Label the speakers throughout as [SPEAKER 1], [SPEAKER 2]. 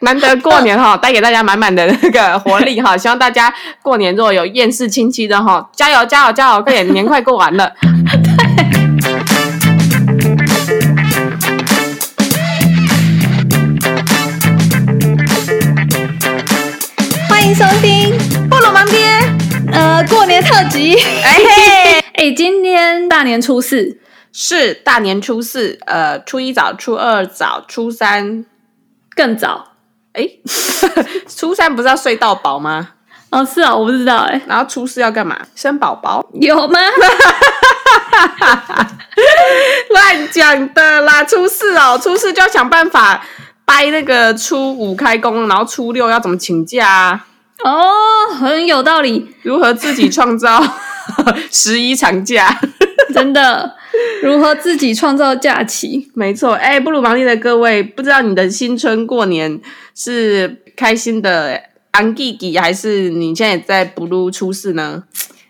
[SPEAKER 1] 难得过年哈， 带给大家满满的那个活力哈，希望大家过年如果有厌世亲戚的哈，加油加油加油，快点年快过完了。
[SPEAKER 2] 欢迎收听
[SPEAKER 1] 布鲁忙爹，
[SPEAKER 2] 呃过年特辑。
[SPEAKER 1] 哎嘿，
[SPEAKER 2] 哎、今天大年初四，
[SPEAKER 1] 是大年初四，呃，初一早，初二早，初三，
[SPEAKER 2] 更早
[SPEAKER 1] 哎， 初三不是要睡到饱吗？
[SPEAKER 2] 哦，是哦，我不知道哎、
[SPEAKER 1] 然后初四要干嘛？生宝宝？
[SPEAKER 2] 有吗？
[SPEAKER 1] 乱讲的啦！初四哦，初四就要想办法掰那个初五开工，然后初六要怎么请假啊？
[SPEAKER 2] 哦，很有道理，
[SPEAKER 1] 如何自己创造 十一长假？
[SPEAKER 2] 真的。 如何自己创造假期？
[SPEAKER 1] 没错，哎，布鲁芒蒂的各位，不知道你的新春过年是开心的安吉吉，还是你现在也在 blue 初四呢？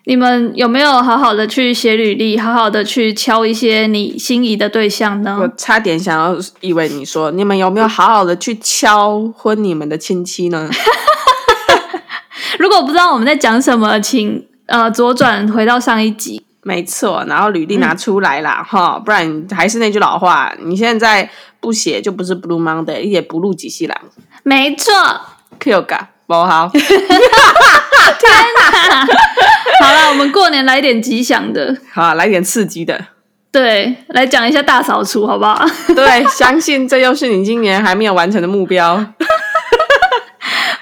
[SPEAKER 2] 你们有没有好好的去写履历，好好的去敲一些你心仪的对象
[SPEAKER 1] 我
[SPEAKER 2] 呢？
[SPEAKER 1] 差点想要以为你说，你们有没有好好的去敲婚你们的亲戚呢？
[SPEAKER 2] 如果不知道我们在讲什么，请呃左转回到上一集。
[SPEAKER 1] 没错，然后履历拿出来啦，哈、不然还是那句老话，你现在不写就不是 blue Monday，也不录几系啦
[SPEAKER 2] 没错，
[SPEAKER 1] ，Q 嘎，不好。
[SPEAKER 2] 好了，我们过年来点吉祥的，
[SPEAKER 1] 好，来点刺激的。
[SPEAKER 2] 对，来讲一下大扫除，好不好？
[SPEAKER 1] 对，相信这又是你今年还没有完成的目标。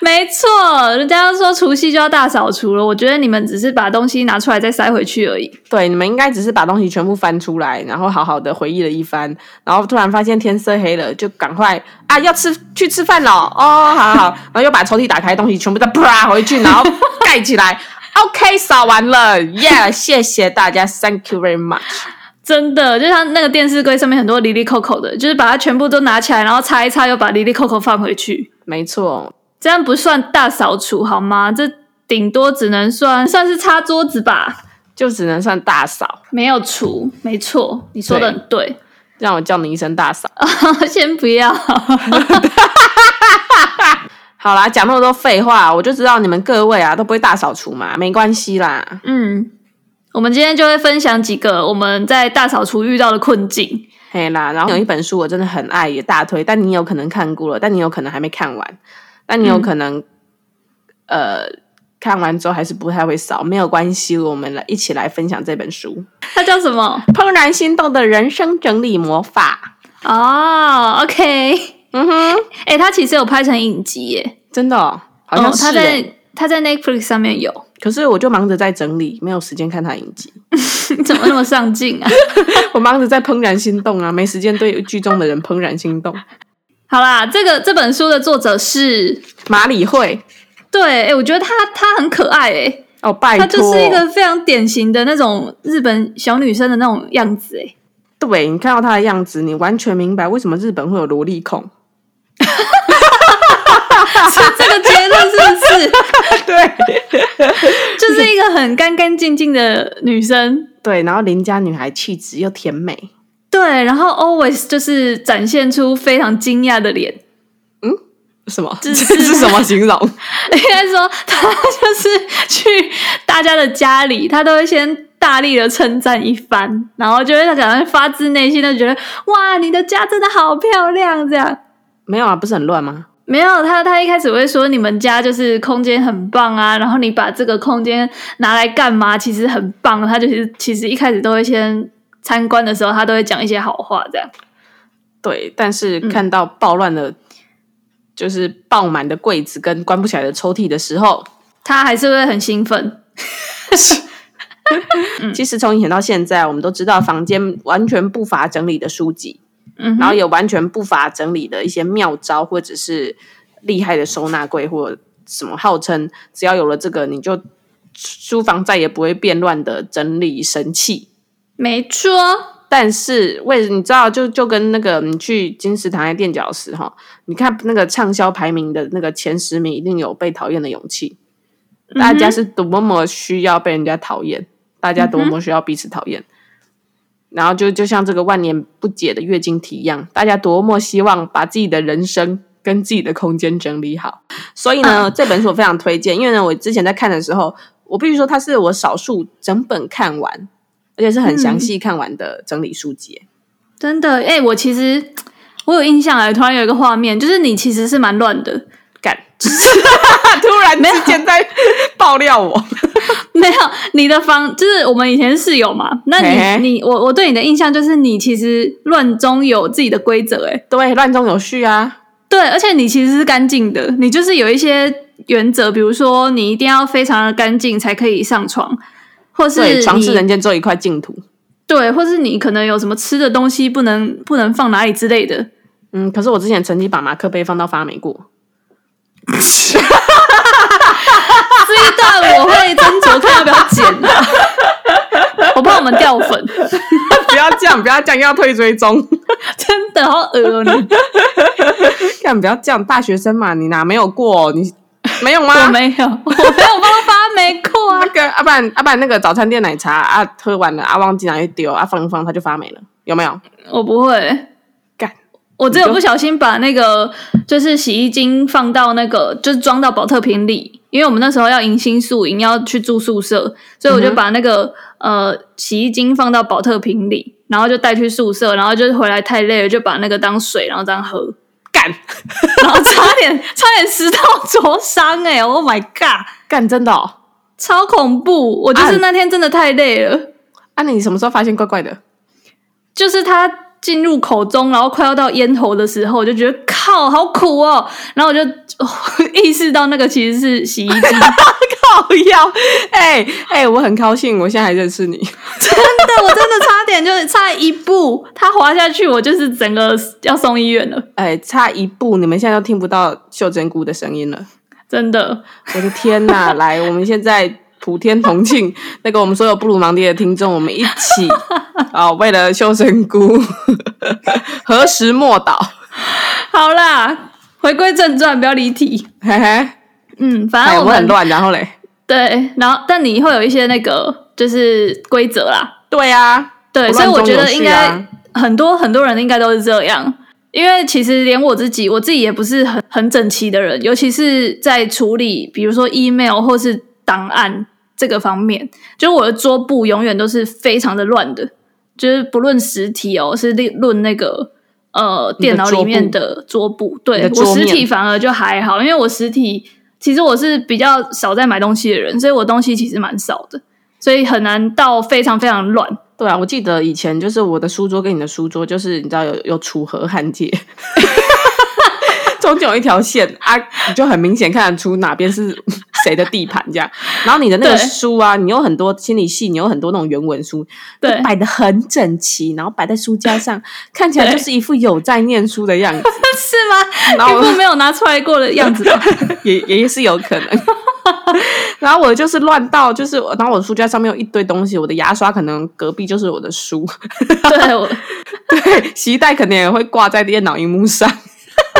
[SPEAKER 2] 没错，人家说除夕就要大扫除了，我觉得你们只是把东西拿出来再塞回去而已。
[SPEAKER 1] 对，你们应该只是把东西全部翻出来，然后好好的回忆了一番，然后突然发现天色黑了，就赶快啊，要吃去吃饭了哦，好好好，然后又把抽屉打开，东西全部再啪回去，然后盖起来。OK，扫完了，yeah，谢谢大家，Thank you very much。
[SPEAKER 2] 真的，就像那个电视柜上面很多离离扣扣的，就是把它全部都拿起来，然后擦一擦，又把离离扣扣放回去，
[SPEAKER 1] 没错，
[SPEAKER 2] 这样不算大扫除好吗？这顶多只能算算是擦桌子吧，
[SPEAKER 1] 就只能算大扫，
[SPEAKER 2] 没有除。没错，你说的很对。
[SPEAKER 1] 让我叫你一声大嫂。
[SPEAKER 2] 先不要，
[SPEAKER 1] 好啦，讲那么多废话，我就知道你们各位啊都不会大扫除嘛，没关系啦。
[SPEAKER 2] 嗯，我们今天就会分享几个我们在大扫除遇到的困境。
[SPEAKER 1] 嘿啦，
[SPEAKER 2] 嗯
[SPEAKER 1] 然后有一本书我真的很爱，也大推，但你有可能看过了，但你有可能还没看完，但你有可能、呃看完之后还是不太会扫，没有关系，我们来一起来分享这本书
[SPEAKER 2] 它叫什么？
[SPEAKER 1] 《怦然心动的人生整理魔法》。
[SPEAKER 2] 哦、o k
[SPEAKER 1] 嗯哼，
[SPEAKER 2] 哎、欸，他其实有拍成影集耶，
[SPEAKER 1] 真的、哦，好像
[SPEAKER 2] 哦、他
[SPEAKER 1] 是、欸
[SPEAKER 2] 在他在 Netflix 上面有，
[SPEAKER 1] 可是我就忙着在整理，没有时间看他影集。
[SPEAKER 2] 你怎么那么上进啊？
[SPEAKER 1] 我忙着在怦然心动啊，没时间对剧中的人怦然心动。
[SPEAKER 2] 好啦，这个这本书的作者是，
[SPEAKER 1] 马里会
[SPEAKER 2] 对，哎、我觉得他他很可爱，哎，
[SPEAKER 1] 哦，拜
[SPEAKER 2] 他
[SPEAKER 1] 托，
[SPEAKER 2] 就是一个非常典型的那种日本小女生的那种样子，哎，
[SPEAKER 1] 对你看到他的样子，你完全明白为什么日本会有萝莉 控。
[SPEAKER 2] 是 这个结论 是不
[SPEAKER 1] 对
[SPEAKER 2] 是？就是一个很干干净净的女生。
[SPEAKER 1] 对，然后邻家女孩气质又甜美，
[SPEAKER 2] 对，然后 always 就是展现出非常惊讶的脸，
[SPEAKER 1] 什么？
[SPEAKER 2] 这
[SPEAKER 1] 这
[SPEAKER 2] 是
[SPEAKER 1] 是什么形容？
[SPEAKER 2] 应该说， 他就是去大家的家里，他都会先大力的称赞一番，然后就会感觉发自内心的觉得，哇，你的家真的好漂亮，这样。
[SPEAKER 1] 没有啊，不是很乱吗？
[SPEAKER 2] 没有他，他一开始会说你们家就是空间很棒啊，然后你把这个空间拿来干嘛？其实很棒。他就是其实一开始都会先参观的时候，他都会讲一些好话，这样。
[SPEAKER 1] 对，但是看到暴乱的，就是爆满的柜子跟关不起来的抽屉的时候，
[SPEAKER 2] 他还是会很兴奋。
[SPEAKER 1] 其实从以前到现在，我们都知道房间完全不乏整理的书籍，
[SPEAKER 2] 嗯哼，
[SPEAKER 1] 然后也完全不乏整理的一些妙招，或者是厉害的收纳柜，或什么号称只要有了这个，你就书房再也不会变乱的整理神器。
[SPEAKER 2] 没错，
[SPEAKER 1] 但是为你知道，就就跟那个你去金石堂还垫脚石哈，你看那个畅销排名的那个前十名，一定有被讨厌的勇气。大家是多么需要被人家讨厌，大家多么需要彼此讨厌。然后就就像这个万年不解的月经题一样，大家多么希望把自己的人生跟自己的空间整理好。所以呢，这本书我非常推荐，因为呢，我之前在看的时候，我必须说它是我少数整本看完，而且是很详细看完的整理书籍。
[SPEAKER 2] 真的，哎、我其实我有印象哎，突然有一个画面，就是你其实是蛮乱的，
[SPEAKER 1] 干， 突然之间在爆料我，
[SPEAKER 2] 没有你的房，就是我们以前是室友嘛，那你
[SPEAKER 1] 嘿嘿
[SPEAKER 2] 你我我对你的印象就是你其实乱中有自己的规则，哎，
[SPEAKER 1] 对，乱中有序啊，
[SPEAKER 2] 对，而且你其实是干净的，你就是有一些原则，比如说你一定要非常的干净才可以上床，或是
[SPEAKER 1] 对，床
[SPEAKER 2] 你
[SPEAKER 1] 是人间只有一块净土。
[SPEAKER 2] 对，或是你可能有什么吃的东西不能不能放哪里之类的，
[SPEAKER 1] 嗯，可是我之前曾经把马克杯放到发霉过，
[SPEAKER 2] 这一段我会斟酌看要不要剪啊、 我怕我们掉粉，
[SPEAKER 1] 不要这样，不要这样，要退追踪，
[SPEAKER 2] 真的好恶哦、 你。
[SPEAKER 1] 看不要这样，大学生嘛，你哪没有过？你没有吗？
[SPEAKER 2] 我没有，我没有帮发霉过啊
[SPEAKER 1] 那。个阿爸阿爸那个早餐店奶茶啊，喝完了啊，忘记拿去丢啊，放一放它就发霉了，有没有？
[SPEAKER 2] 我不会
[SPEAKER 1] 干，
[SPEAKER 2] 我只有不小心把那个就是洗衣精放到那个就是装到保特瓶里，因为我们那时候要迎新宿营，要去住宿舍，所以我就把那个、呃洗衣精放到保特瓶里，然后就带去宿舍，然后就是回来太累了，就把那个当水，然后这样喝，
[SPEAKER 1] 干
[SPEAKER 2] 然后差点 差点石头灼伤哎、o h my god，
[SPEAKER 1] 干真的哦！
[SPEAKER 2] 超恐怖！我就是
[SPEAKER 1] 啊
[SPEAKER 2] 那天真的太累了。
[SPEAKER 1] 啊，你什么时候发现怪怪的？
[SPEAKER 2] 就是它进入口中，然后快要到咽喉的时候，我就觉得靠，好苦哦。然后我就、哦意识到那个其实是洗衣 机，真
[SPEAKER 1] 靠腰，哎、哎、我很高兴，我现在还认识你。
[SPEAKER 2] 的，我真的差点就是差一步，它滑下去，我就是整个要送医院了，
[SPEAKER 1] 哎、差一步，你们现在都听不到袖珍菇的声音了。
[SPEAKER 2] 真的。
[SPEAKER 1] 我的天 呐！来，我们现在普天同庆，那个我们所有布鲁芒迪的听众，我们一 起啊、为了袖珍菇， 何时莫倒？
[SPEAKER 2] 好啦，回归正传，不要离题。
[SPEAKER 1] 嘿嘿，
[SPEAKER 2] 嗯，反
[SPEAKER 1] 哎，
[SPEAKER 2] 正
[SPEAKER 1] 我
[SPEAKER 2] 我们、
[SPEAKER 1] 很乱，然后嘞，
[SPEAKER 2] 对，然后但你会有一些那个就是规则啦，
[SPEAKER 1] 对啊，
[SPEAKER 2] 对，
[SPEAKER 1] 我
[SPEAKER 2] 所以
[SPEAKER 1] 乱
[SPEAKER 2] 我
[SPEAKER 1] 中
[SPEAKER 2] 觉
[SPEAKER 1] 有
[SPEAKER 2] 得
[SPEAKER 1] 序
[SPEAKER 2] 应该
[SPEAKER 1] 啊
[SPEAKER 2] 很多很多人应该都是这样，因为其实连我自己，我自己也不是很很整齐的人，尤其是在处理比如说 email 或是档案这个方面，就是我的桌布永远都是非常的乱的，就是不论实体哦，是论论那个呃
[SPEAKER 1] 你的
[SPEAKER 2] 电脑
[SPEAKER 1] 桌
[SPEAKER 2] 里
[SPEAKER 1] 布
[SPEAKER 2] 面的桌布，
[SPEAKER 1] 你
[SPEAKER 2] 对
[SPEAKER 1] 的
[SPEAKER 2] 我
[SPEAKER 1] 桌
[SPEAKER 2] 实
[SPEAKER 1] 面
[SPEAKER 2] 体反而就还好，因为我实体其实我是比较少在买东西的人，所以我东西其实蛮少的，所以很难到非常非常乱。
[SPEAKER 1] 对啊，我记得以前就是我的书桌跟你的书桌，就是你知道有有楚河汉 界，中间有一条线啊，你就很明显看得出哪边是谁的地盘这样。然后你的那个
[SPEAKER 2] 对
[SPEAKER 1] 书啊，你有很多心理系，你有很多那种原文书，
[SPEAKER 2] 对
[SPEAKER 1] 就摆的很整齐，然后摆在书架上，看起来就是一副有在念书的样子，
[SPEAKER 2] 是吗？
[SPEAKER 1] 然
[SPEAKER 2] 一
[SPEAKER 1] 后我
[SPEAKER 2] 副没有拿出来过的样子吧？
[SPEAKER 1] 也也是有可能。 然后我就是乱到，就是然后我的书架上面有一堆东西，我的牙刷可能隔壁就是我的书。
[SPEAKER 2] 对，我
[SPEAKER 1] 对， 脐带肯定也会挂在电脑荧幕上，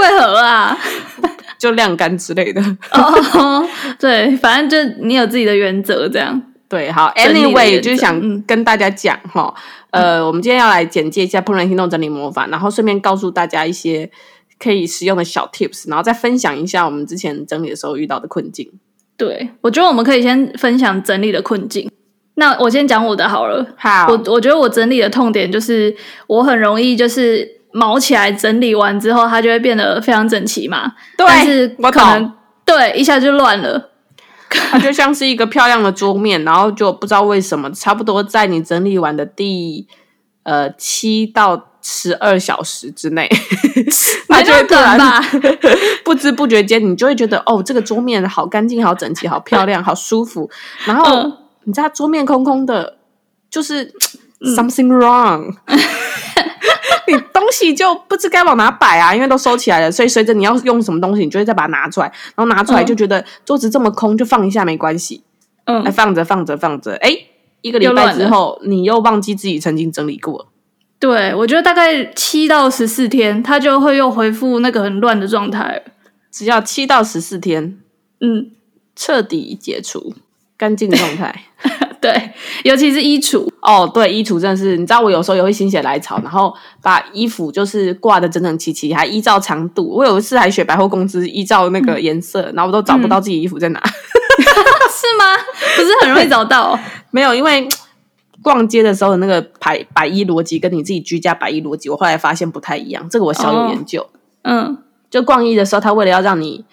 [SPEAKER 2] 为何啊？
[SPEAKER 1] 就晾干之类的。
[SPEAKER 2] 哦，对，反正就你有自己的原则，这样
[SPEAKER 1] 对，好
[SPEAKER 2] 整理的
[SPEAKER 1] ，anyway，
[SPEAKER 2] 原
[SPEAKER 1] 就是
[SPEAKER 2] 则
[SPEAKER 1] 想
[SPEAKER 2] 嗯
[SPEAKER 1] 跟大家讲哈，呃，我们今天要来简介一下《怦然心动整理魔法》，然后顺便告诉大家一些可以使用的小 tips，然后再分享一下我们之前整理的时候遇到的困境。
[SPEAKER 2] 对。我觉得我们可以先分享整理的困境。那我先讲我的好了。
[SPEAKER 1] 好，
[SPEAKER 2] 我我觉得我整理的痛点就是我很容易就是毛起来，整理完之后它就会变得非常整齐嘛。但是
[SPEAKER 1] 对，我
[SPEAKER 2] 可
[SPEAKER 1] 懂，
[SPEAKER 2] 能对一下就乱了。
[SPEAKER 1] 它就像是一个漂亮的桌面，然后就不知道为什么，差不多在你整理完的第呃七到十二小时之内， 它就会
[SPEAKER 2] 没
[SPEAKER 1] 突
[SPEAKER 2] 那么
[SPEAKER 1] 然
[SPEAKER 2] 短吧？
[SPEAKER 1] 不知不觉间，你就会觉得哦，这个桌面好干净、好整齐、好漂亮、好舒服。然后、
[SPEAKER 2] 嗯
[SPEAKER 1] 你知道桌面空空的，就是
[SPEAKER 2] 嗯
[SPEAKER 1] something wrong，、你东西就不知该往哪摆啊，因为都收起来了。所以随着你要用什么东西，你就会再把它拿出来，然后拿出来
[SPEAKER 2] 嗯
[SPEAKER 1] 就觉得桌子这么空，就放一下没关系。
[SPEAKER 2] 嗯
[SPEAKER 1] 哎，，放着放着放着，哎，一个礼
[SPEAKER 2] 又
[SPEAKER 1] 拜
[SPEAKER 2] 乱
[SPEAKER 1] 之
[SPEAKER 2] 了
[SPEAKER 1] 后，你又忘记自己曾经整理过了。
[SPEAKER 2] 对，我觉得大概七到十四天，它就会又恢复那个很乱的状态了。
[SPEAKER 1] 只要七到十四天，
[SPEAKER 2] 嗯，
[SPEAKER 1] 彻底解除干净状态。
[SPEAKER 2] 对，尤其是衣橱，
[SPEAKER 1] 哦，对，衣橱真的是，你知道我有时候也会心血来潮，然后把衣服就是挂的整整齐齐，还依照长度。我有一次还选百货公司依照那个颜色，然后我都找不到自己衣服在哪。
[SPEAKER 2] 是吗？ 不是很容易找到、哦。
[SPEAKER 1] 没有，因为逛街的时候的那个排百衣逻辑跟你自己居家百衣逻辑，我后来发现不太一样。这个我小有研究。
[SPEAKER 2] 嗯，
[SPEAKER 1] 就逛衣的时候，它为了要让你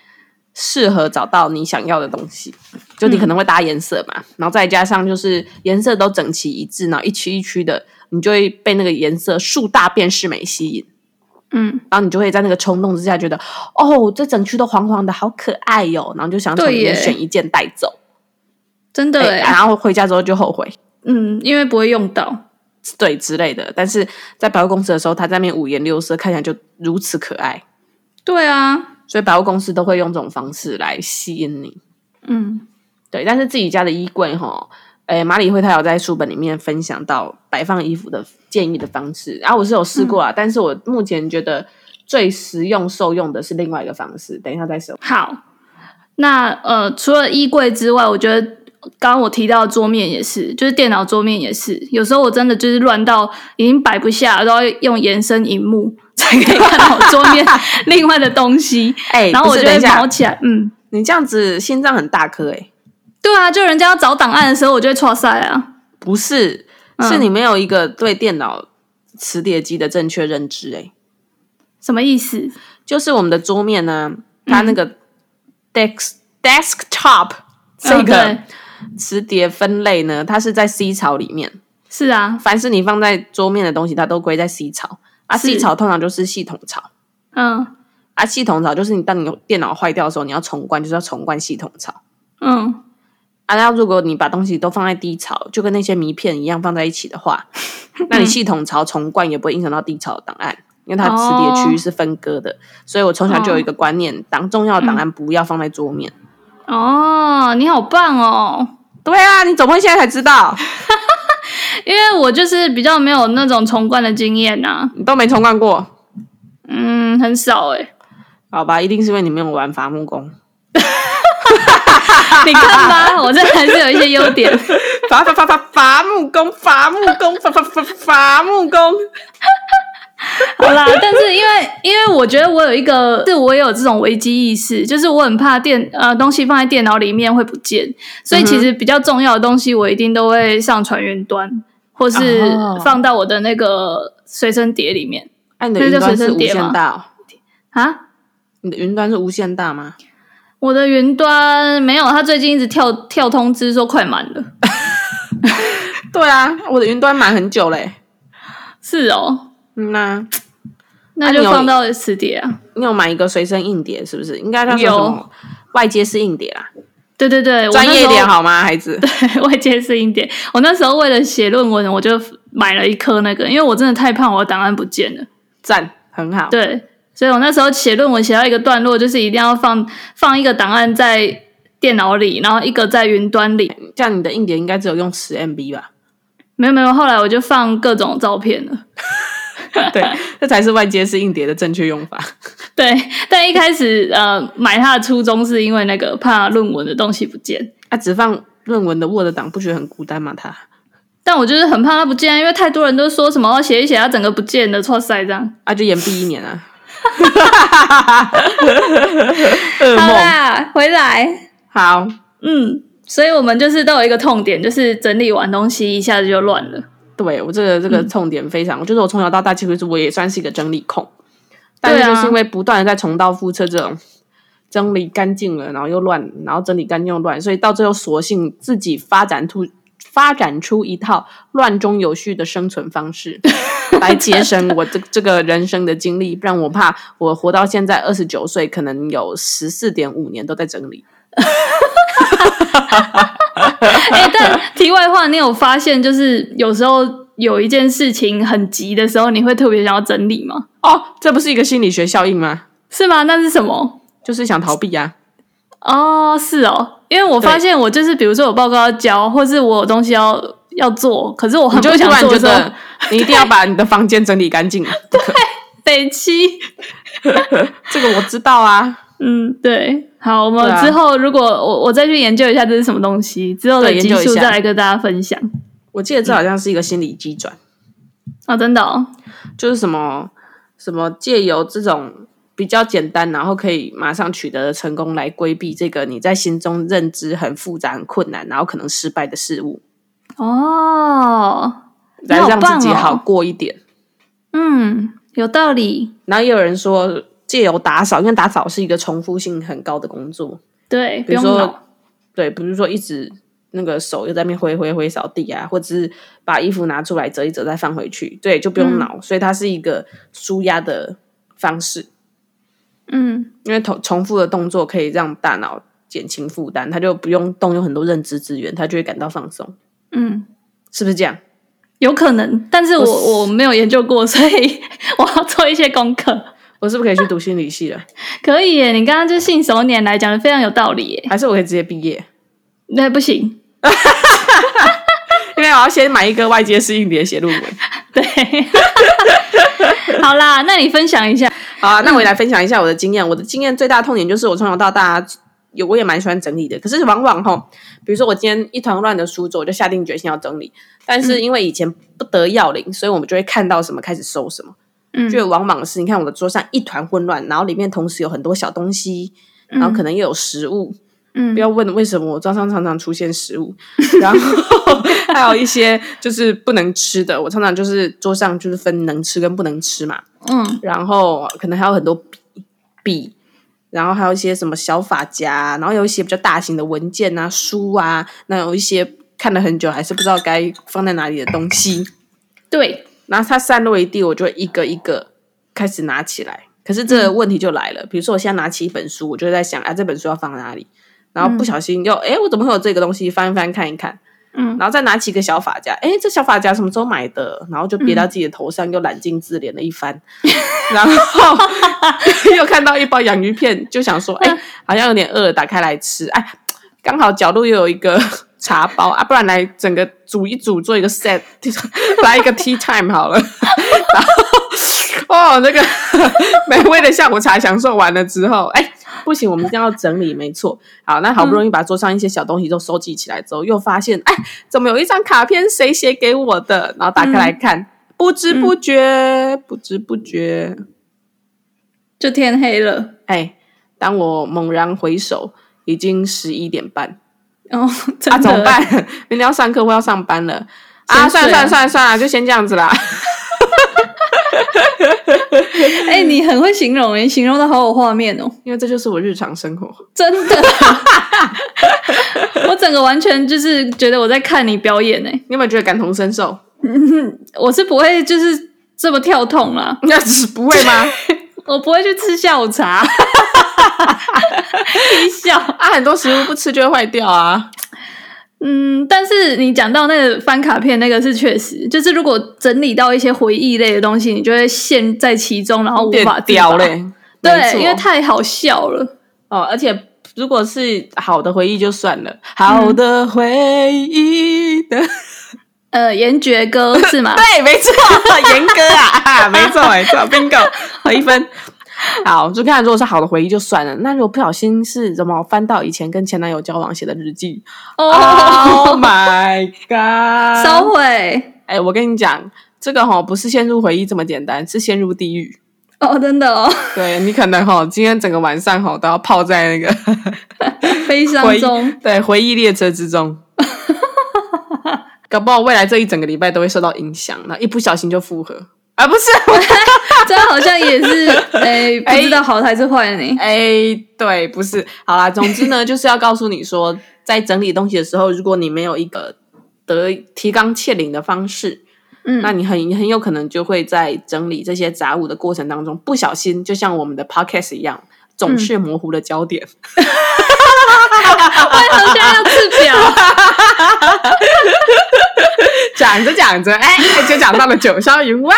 [SPEAKER 1] 适合找到你想要的东西，就你可能会搭颜色嘛，然后再加上就是颜色都整齐一致，然后一区一区的，你就会被那个颜色数大便是美吸引，
[SPEAKER 2] 嗯，
[SPEAKER 1] 然后你就会在那个冲动之下觉得，哦，这整区都黄黄的，好可爱哟、然后就想从
[SPEAKER 2] 对
[SPEAKER 1] 里面
[SPEAKER 2] 耶
[SPEAKER 1] 选一件带走，
[SPEAKER 2] 真的
[SPEAKER 1] 哎
[SPEAKER 2] 哎、
[SPEAKER 1] 然后回家之后就后悔。
[SPEAKER 2] 嗯，因为不会用到，
[SPEAKER 1] 对之类的，但是在百货公司的时候，它在那边五颜六色，看起来就如此可爱，
[SPEAKER 2] 对啊，
[SPEAKER 1] 所以百货公司都会用这种方式来吸引你。
[SPEAKER 2] 嗯，
[SPEAKER 1] 对，但是自己家的衣柜哈，诶，马里会他有在书本里面分享到摆放衣服的建议的方式，然、后我是有试过
[SPEAKER 2] 嗯
[SPEAKER 1] 啊，但是我目前觉得最实用受用的是另外一个方式，等一下再 说。
[SPEAKER 2] 好。那呃，除了衣柜之外，我觉得刚刚我提到的桌面也是，就是电脑桌面也是，有时候我真的就是乱到已经摆不下，都要用延伸荧幕才可以看到我桌面 另外的东西，
[SPEAKER 1] 哎、
[SPEAKER 2] 然后
[SPEAKER 1] 不
[SPEAKER 2] 我
[SPEAKER 1] 是
[SPEAKER 2] 就会
[SPEAKER 1] 等一下
[SPEAKER 2] 毛起来，嗯。
[SPEAKER 1] 你这样子心脏很大颗哎、
[SPEAKER 2] 对啊，就人家要找档案的时候，我就会错塞啊。
[SPEAKER 1] 不是，
[SPEAKER 2] 嗯
[SPEAKER 1] 是你没有一个对电脑磁碟机的正确认知哎、
[SPEAKER 2] 什么意思？
[SPEAKER 1] 就是我们的桌面呢，它
[SPEAKER 2] 嗯
[SPEAKER 1] 那个 desk、desktop 这
[SPEAKER 2] 嗯
[SPEAKER 1] 个
[SPEAKER 2] 对
[SPEAKER 1] 磁碟分类呢，它是在 C 槽里面。
[SPEAKER 2] 是啊，
[SPEAKER 1] 凡是你放在桌面的东西，它都归在 C 槽。啊
[SPEAKER 2] 是
[SPEAKER 1] ，C 槽通常就是系统槽。
[SPEAKER 2] 嗯
[SPEAKER 1] 啊，系统槽就是你当你电脑坏掉的时候，你要重灌，就是要重灌系统槽。
[SPEAKER 2] 嗯，
[SPEAKER 1] 啊，那如果你把东西都放在低槽，就跟那些迷片一样放在一起的话，那你系统槽重灌也不会影响到低槽的档案，因为它磁碟区域是分割的。所以我从小就有一个观念，档重要的档案不要放在桌面。
[SPEAKER 2] 哦，你好棒哦！
[SPEAKER 1] 对啊，你怎么会现在才知道？
[SPEAKER 2] 因为我就是比较没有那种重灌的经验呐、啊
[SPEAKER 1] 你都没重灌过，
[SPEAKER 2] 嗯，很少哎、
[SPEAKER 1] 好吧？一定是因为你没有玩伐木工，
[SPEAKER 2] 你看吧，我这还是有一些优点。
[SPEAKER 1] 伐伐伐伐伐木工，伐木工，伐伐伐伐木工。
[SPEAKER 2] 好啦，但是因为因为我觉得我有一个是我有这种危机意识，就是我很怕电呃东西放在电脑里面会不见，所以其实比较重要的东西我一定都会上传云端，或是
[SPEAKER 1] 哦
[SPEAKER 2] 放到我的那个随身碟里面
[SPEAKER 1] 哎、你的云端是无限大、哦，
[SPEAKER 2] 啊。
[SPEAKER 1] 你的云端是无限大吗？
[SPEAKER 2] 我的云端没有，它最近一直跳跳通知说快满了。
[SPEAKER 1] 对啊，我的云端满很久嘞、
[SPEAKER 2] 是哦，
[SPEAKER 1] 嗯呐、
[SPEAKER 2] 那
[SPEAKER 1] 啊
[SPEAKER 2] 就
[SPEAKER 1] 你有
[SPEAKER 2] 放到磁碟啊。
[SPEAKER 1] 你有买一个随身硬碟是不是？应该叫做
[SPEAKER 2] 有
[SPEAKER 1] 什么？外接式硬碟啦，
[SPEAKER 2] 对对对，
[SPEAKER 1] 专业一点
[SPEAKER 2] 哈，
[SPEAKER 1] 好吗，孩子？
[SPEAKER 2] 外接适应点。我那时候为了写论文，我就买了一颗那个，因为我真的太怕我的档案不见了。
[SPEAKER 1] 赞，很好。
[SPEAKER 2] 对，所以我那时候写论文写到一个段落，就是一定要放放一个档案在电脑里，然后一个在云端里。
[SPEAKER 1] 这样你的硬碟应该只有用十 MB 吧？
[SPEAKER 2] 没有没有，后来我就放各种照片了。
[SPEAKER 1] 对，这才是外接式硬碟的正确用法。
[SPEAKER 2] 对，但一开始呃买它的初衷是因为那个怕论文的东西不见。
[SPEAKER 1] 啊，只放论文的 Word 档，不觉得很孤单吗？他
[SPEAKER 2] 但我就是很怕它不见啊，因为太多人都说什么哦写一写它整个不见了，错塞这样。
[SPEAKER 1] 啊，就延毕一年 啊。
[SPEAKER 2] 好
[SPEAKER 1] 噩
[SPEAKER 2] 啦，回来，
[SPEAKER 1] 梦。好，
[SPEAKER 2] 嗯，所以我们就是都有一个痛点，就是整理完东西一下子就乱 了。
[SPEAKER 1] 对我这个这个痛点非常，我就是我从小到大其实我也算是一个整理控，但
[SPEAKER 2] 对
[SPEAKER 1] 是
[SPEAKER 2] 啊
[SPEAKER 1] 就是因为不断的在重蹈覆辙这种。整理干净了，然后又乱，然后整理干净又乱，所以到最后索性自己发展出发展出一套乱中有序的生存方式， 来节省我这这个人生的精力，不然我怕我活到现在二十九岁，可能有十四点五年都在整理。
[SPEAKER 2] 哎、但题外话，你有发现就是有时候有一件事情很急的时候，你会特别想要整理吗？
[SPEAKER 1] 哦，这不是一个心理学效应吗？
[SPEAKER 2] 是吗？那是什么？
[SPEAKER 1] 就是想逃避啊呀、
[SPEAKER 2] 哦，是哦，因为我发现我就是，比如说有报告要交，或是我有东西要要做，可是 我
[SPEAKER 1] 啊，你
[SPEAKER 2] 很
[SPEAKER 1] 就
[SPEAKER 2] 不
[SPEAKER 1] 会突
[SPEAKER 2] 想
[SPEAKER 1] 然
[SPEAKER 2] 做
[SPEAKER 1] 觉
[SPEAKER 2] 的时候
[SPEAKER 1] 得，你一定要把你的房间整理干 净。啊
[SPEAKER 2] 北七，
[SPEAKER 1] 这个我知道啊，
[SPEAKER 2] 嗯，对，好，我们
[SPEAKER 1] 对啊
[SPEAKER 2] 之后如果我我再去研究一下这是什么东西，之后的
[SPEAKER 1] 对研
[SPEAKER 2] 集
[SPEAKER 1] 究一
[SPEAKER 2] 数
[SPEAKER 1] 下
[SPEAKER 2] 再来跟大家分享。
[SPEAKER 1] 我记得这好像是一个心理机转，
[SPEAKER 2] 哦，真的哦，
[SPEAKER 1] 就是什么什么借由这种比较简单，然后可以马上取得的成功来规避这个你在心中认知很复杂、很困难，然后可能失败的事物，
[SPEAKER 2] 哦，
[SPEAKER 1] 来
[SPEAKER 2] 好
[SPEAKER 1] 让
[SPEAKER 2] 棒
[SPEAKER 1] 自己
[SPEAKER 2] 哦
[SPEAKER 1] 好过一点。
[SPEAKER 2] 嗯，有道理，
[SPEAKER 1] 然后也有人说借由打扫，因为打扫是一个重复性很高的工作，
[SPEAKER 2] 对，不
[SPEAKER 1] 比如
[SPEAKER 2] 用
[SPEAKER 1] 说
[SPEAKER 2] 脑，
[SPEAKER 1] 对，不是说一直那个手又在那边挥挥挥扫地啊，或者是把衣服拿出来折一折再放回去，对，就不用脑，所以它是一个舒压的方式，
[SPEAKER 2] 嗯，
[SPEAKER 1] 因为重重复的动作可以让大脑减轻负担，它就不用动用很多认知资源，它就会感到放松，
[SPEAKER 2] 嗯，
[SPEAKER 1] 是不是这样？
[SPEAKER 2] 有可能，但是我
[SPEAKER 1] 我
[SPEAKER 2] 我没有研究过， 所以我要做一些功课。
[SPEAKER 1] 我是不是可以去读心理系了？
[SPEAKER 2] 可以耶，你刚刚就信手拈来讲的非常有道理耶。
[SPEAKER 1] 还是我可以直接毕业？
[SPEAKER 2] 那不行，
[SPEAKER 1] 因为我要先买一个外接式硬碟写论文。
[SPEAKER 2] 对， 好啦，那你分享一下，
[SPEAKER 1] 好啊，那我也来分享一下我的经验。我的经验最大的痛点就是我从小到大有我也蛮喜欢整理的，可是往往吼，比如说我今天一团乱的书桌，我就下定决心要整理，但
[SPEAKER 2] 嗯
[SPEAKER 1] 是因为以前不得要领，所以我们就会看到什么开始收什么，
[SPEAKER 2] 嗯
[SPEAKER 1] 就往往是你看我的桌上一团混乱，然后里面同时有很多小东西。然后可能又有食物，
[SPEAKER 2] 嗯
[SPEAKER 1] 不要问为什么我桌上常常出现食 物，然后还有一些就是不能吃的，我常常就是桌上就是分能吃跟不能吃嘛，
[SPEAKER 2] 嗯
[SPEAKER 1] 然后可能还有很多笔笔，然后还有一些什么小发夹，然后有一些比较大型的文件啊、书啊，那有一些看了很久还是不知道该放在哪里的东西，
[SPEAKER 2] 对，
[SPEAKER 1] 然后它散落一地，我就一个一个开始拿起来。可是这个问题就来了，比如说我现在拿起一本书，我就在想啊，这本书要放哪里？然后不小心又哎、我怎么会有这个东西？翻一翻看一看，
[SPEAKER 2] 嗯
[SPEAKER 1] 然后再拿起一个小发夹，哎，这小发夹什么时候买的？然后就别到自己的头上，又揽镜自怜了一番， 然后又看到一包洋芋片，就想说，哎，好像有点饿，打开来吃，哎，刚好角落又有一个 茶包啊，不然来整个煮一煮，做一个 set，来一个 tea time 好了， 然后哦，那个 美味的下午茶享受完了之后，哎。不行，我们一定要整理，没错。好，那好不容易把桌上一些小东西都收集起来之后，又发现，哎，怎么有一张卡片谁写给我的？然后打开来看，不知不觉，不知不觉，
[SPEAKER 2] 就天黑了。
[SPEAKER 1] 哎，当我猛然回首，已经十一点半
[SPEAKER 2] 哦，真
[SPEAKER 1] 啊，
[SPEAKER 2] 的
[SPEAKER 1] 怎么？办？ 明天要上课或要上班了啊！
[SPEAKER 2] 先睡
[SPEAKER 1] 算了算了
[SPEAKER 2] 啊
[SPEAKER 1] 算了算了，就先这样子啦。
[SPEAKER 2] 哎、你很会形容，你形容的好有画面哦，
[SPEAKER 1] 因为这就是我日常生活。
[SPEAKER 2] 真的。 我整个完全就是觉得我在看你表演哎，
[SPEAKER 1] 你有没有觉得感同身受？
[SPEAKER 2] 我是不会就是这么跳痛啦，
[SPEAKER 1] 那是不会吗？
[SPEAKER 2] 我不会去吃下午茶， 一笑。
[SPEAKER 1] 啊，很多食物不吃就会坏掉啊。
[SPEAKER 2] 嗯，但是你讲到那个翻卡片，那个是确实，就是如果整理到一些回忆类的东西，你就会陷在其中，然后无
[SPEAKER 1] 点
[SPEAKER 2] 法自拔
[SPEAKER 1] 屌。嘞，没错
[SPEAKER 2] 对，因为太好笑了。
[SPEAKER 1] 哦，而且如果是好的回忆就算了，好的回忆的，
[SPEAKER 2] 呃，严爵哥是 吗？
[SPEAKER 1] 对，哎没错，严哥啊，啊没错没错，bingo，好一分。好，就看如果是好的回忆就算了，那如果不小心是怎么翻到以前跟前男友交往写的日记？Oh
[SPEAKER 2] 哦，
[SPEAKER 1] my god！
[SPEAKER 2] 烧毁
[SPEAKER 1] 哎、我跟你讲，这个哈、不是陷入回忆这么简单，是陷入地狱。
[SPEAKER 2] 哦，真的哦，
[SPEAKER 1] 对你可能哈、今天整个晚上哈、都要泡在那个
[SPEAKER 2] 悲
[SPEAKER 1] 回
[SPEAKER 2] 伤
[SPEAKER 1] 忆
[SPEAKER 2] 中
[SPEAKER 1] 对回忆列车之中。搞不好未来这一整个礼拜都会受到影响，然后一不小心就复合啊！不是，
[SPEAKER 2] 这好像也 是，哎，不知道好还是坏呢。
[SPEAKER 1] 哎、对，不是，好啦，总之呢，就是要告诉你说，在整理东西的时候，如果你没有一个得提纲挈领的方式，
[SPEAKER 2] 嗯
[SPEAKER 1] 那你很很有可能就会在整理这些杂物的过程当中，不小心就像我们的 podcast 一样，总是模糊了焦点。
[SPEAKER 2] 为什么现 在要自表？
[SPEAKER 1] 讲着讲着，哎、就讲到了九霄云外。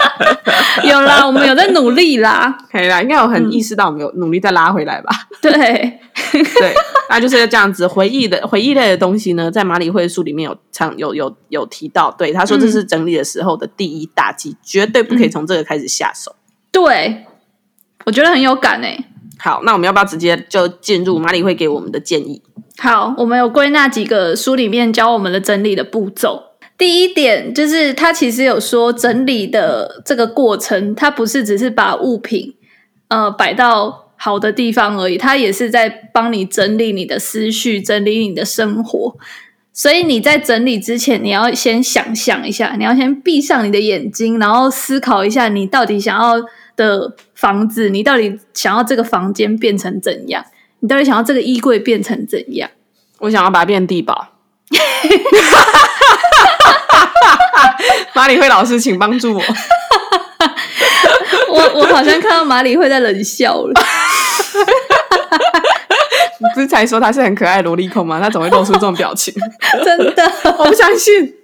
[SPEAKER 2] 有啦，我们有在努力啦。
[SPEAKER 1] 可以啦，应该有很意识到我们有努力再拉回来吧。
[SPEAKER 2] 对，
[SPEAKER 1] 对，那就是这样子。回忆的回忆类的东西呢，在马里会的书里面有常有有有提到。对，他说
[SPEAKER 2] 嗯
[SPEAKER 1] 这是整理的时候的第一大忌，绝对不可以从这个开始下手。
[SPEAKER 2] 对，我觉得很有感诶、欸
[SPEAKER 1] 好，那我们要不要直接就进入马里会给我们的建议？
[SPEAKER 2] 好，我们有归纳几个书里面教我们的整理的步骤。第一点就是，它其实有说整理的这个过程，它不是只是把物品呃摆到好的地方而已，它也是在帮你整理你的思绪，整理你的生活。所以你在整理之前，你要先想象一下，你要先闭上你的眼睛，然后思考一下你到底想要的房子，你到底想要这个房间变成怎样，你到底想要这个衣柜变成怎样。
[SPEAKER 1] 我想要把它变地堡。马里会老师，请帮助我。
[SPEAKER 2] 我我好像看到马里会在冷笑了。
[SPEAKER 1] 你不是才说他是很可爱的萝莉控吗？他怎么会露出这种表 情？
[SPEAKER 2] 真的。
[SPEAKER 1] 我不相信。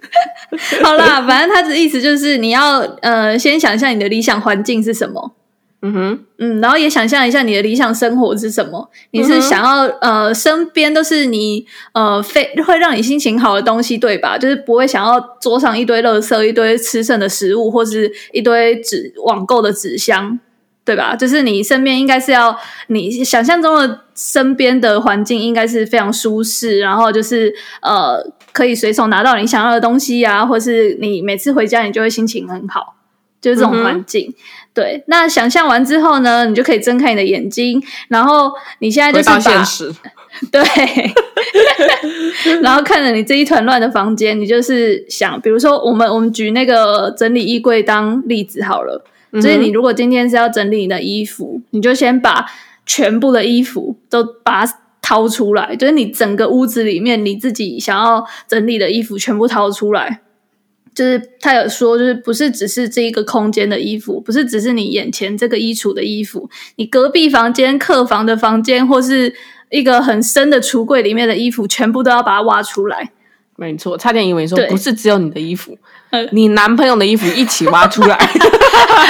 [SPEAKER 2] 好啦，反正他的意思就是你要呃先想象你的理想环境是什么，
[SPEAKER 1] 嗯哼，
[SPEAKER 2] 嗯，然后也想象一下你的理想生活是什么。你是想要、呃身边都是你呃非会让你心情好的东西，对吧？就是不会想要桌上一堆垃圾、一堆吃剩的食物，或是一堆纸网购的纸箱。对吧？就是你身边应该是要你想象中的身边的环境应该是非常舒适，然后就是呃可以随手拿到你想要的东西呀、或是你每次回家你就会心情很好，就是这种
[SPEAKER 1] 嗯
[SPEAKER 2] 环境。对，那想象完之后呢，你就可以睁开你的眼睛，然后你现在就
[SPEAKER 1] 回到
[SPEAKER 2] 是把
[SPEAKER 1] 现实。
[SPEAKER 2] 对，然后看着你这一团乱的房间，你就是想，比如说我们我们举那个整理衣柜当例子好了。
[SPEAKER 1] 嗯
[SPEAKER 2] 所以你如果今天是要整理你的衣服，你就先把全部的衣服都把它掏出来，就是你整个屋子里面你自己想要整理的衣服全部掏出来。就是他有说，就是不是只是这一个空间的衣服，不是只是你眼前这个衣橱的衣服，你隔壁房间、客房的房间，或是一个很深的橱柜里面的衣服，全部都要把它挖出来。
[SPEAKER 1] 没错，差点以为你说
[SPEAKER 2] 对
[SPEAKER 1] 不是只有你的衣服
[SPEAKER 2] 嗯，
[SPEAKER 1] 你男朋友的衣服一起挖出 来。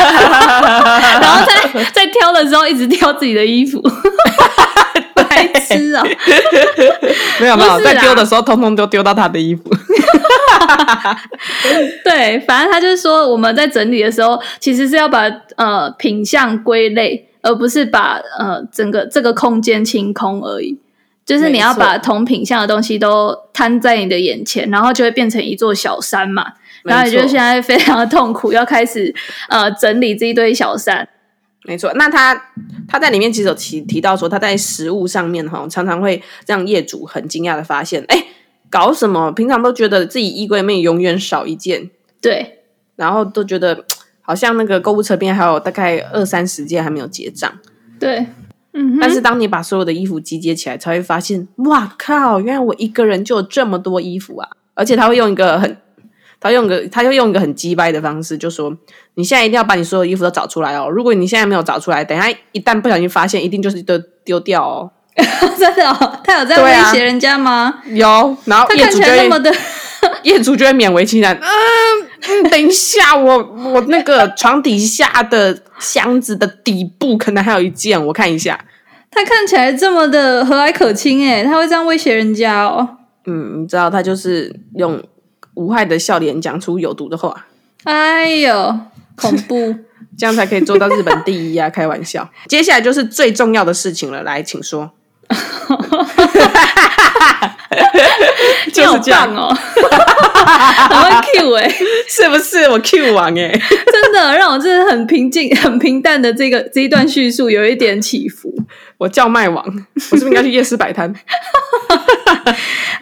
[SPEAKER 2] 然后在在挑的时候一直挑自己的衣服，白痴啊、
[SPEAKER 1] 没有没有，
[SPEAKER 2] 不是啦
[SPEAKER 1] 在丢的时候通通都丢到他的衣服。
[SPEAKER 2] 对，反正他就是说，我们在整理的时候，其实是要把呃品相归类，而不是把呃整个这个空间清空而已。就是你要把
[SPEAKER 1] 没
[SPEAKER 2] 同品相的东西都摊在你的眼前，然后就会变成一座小山嘛。然后你就
[SPEAKER 1] 没错
[SPEAKER 2] 现在非常的痛苦，要开始呃整理这一堆小山。
[SPEAKER 1] 没错，那他他在里面其实有提提到说，他在食物上面哈，常常会让业主很惊讶的发现，哎，搞什么？平常都觉得自己衣柜里面永远少一件，
[SPEAKER 2] 对
[SPEAKER 1] 然后都觉得好像那个购物车边还有大概二三十件还没有结账。
[SPEAKER 2] 对， 嗯哼，
[SPEAKER 1] 但是当你把所有的衣服集结起来，才会发现，哇靠！原来我一个人就有这么多衣服啊！而且他会用一个很，他用个，他就用一个很鸡掰的方式，就说你现在一定要把你所有衣服都找出来哦。如果你现在没有找出来，等一下一旦不小心发现，一定就是丢丢掉哦。
[SPEAKER 2] 真的、哦，他有在
[SPEAKER 1] 对啊
[SPEAKER 2] 威胁人家吗？
[SPEAKER 1] 有，然后
[SPEAKER 2] 他
[SPEAKER 1] 业
[SPEAKER 2] 看
[SPEAKER 1] 主
[SPEAKER 2] 起
[SPEAKER 1] 就
[SPEAKER 2] 来那么
[SPEAKER 1] 会
[SPEAKER 2] 的，
[SPEAKER 1] 业主就会勉为其 难。嗯，嗯等一下，我我那个床底下的箱子的底部可能还有一件，我看一下。
[SPEAKER 2] 他看起来这么的和蔼可亲诶，他会这样威胁人家哦。
[SPEAKER 1] 嗯，你知道他就是用无害的笑脸讲出有毒的话，
[SPEAKER 2] 哎呦，恐 怖！
[SPEAKER 1] 这样才可以做到日本第一啊！ 开玩笑，接下来就是最重要的事情了，来，请说。就是这样
[SPEAKER 2] 你好棒哦， 很会 Q 哎、
[SPEAKER 1] 是不是我 Q 王哎、
[SPEAKER 2] 真的让我真的很平静、很平淡的这个这一段叙述有一点起伏。
[SPEAKER 1] 我叫卖王，我是不是应该去夜市摆摊？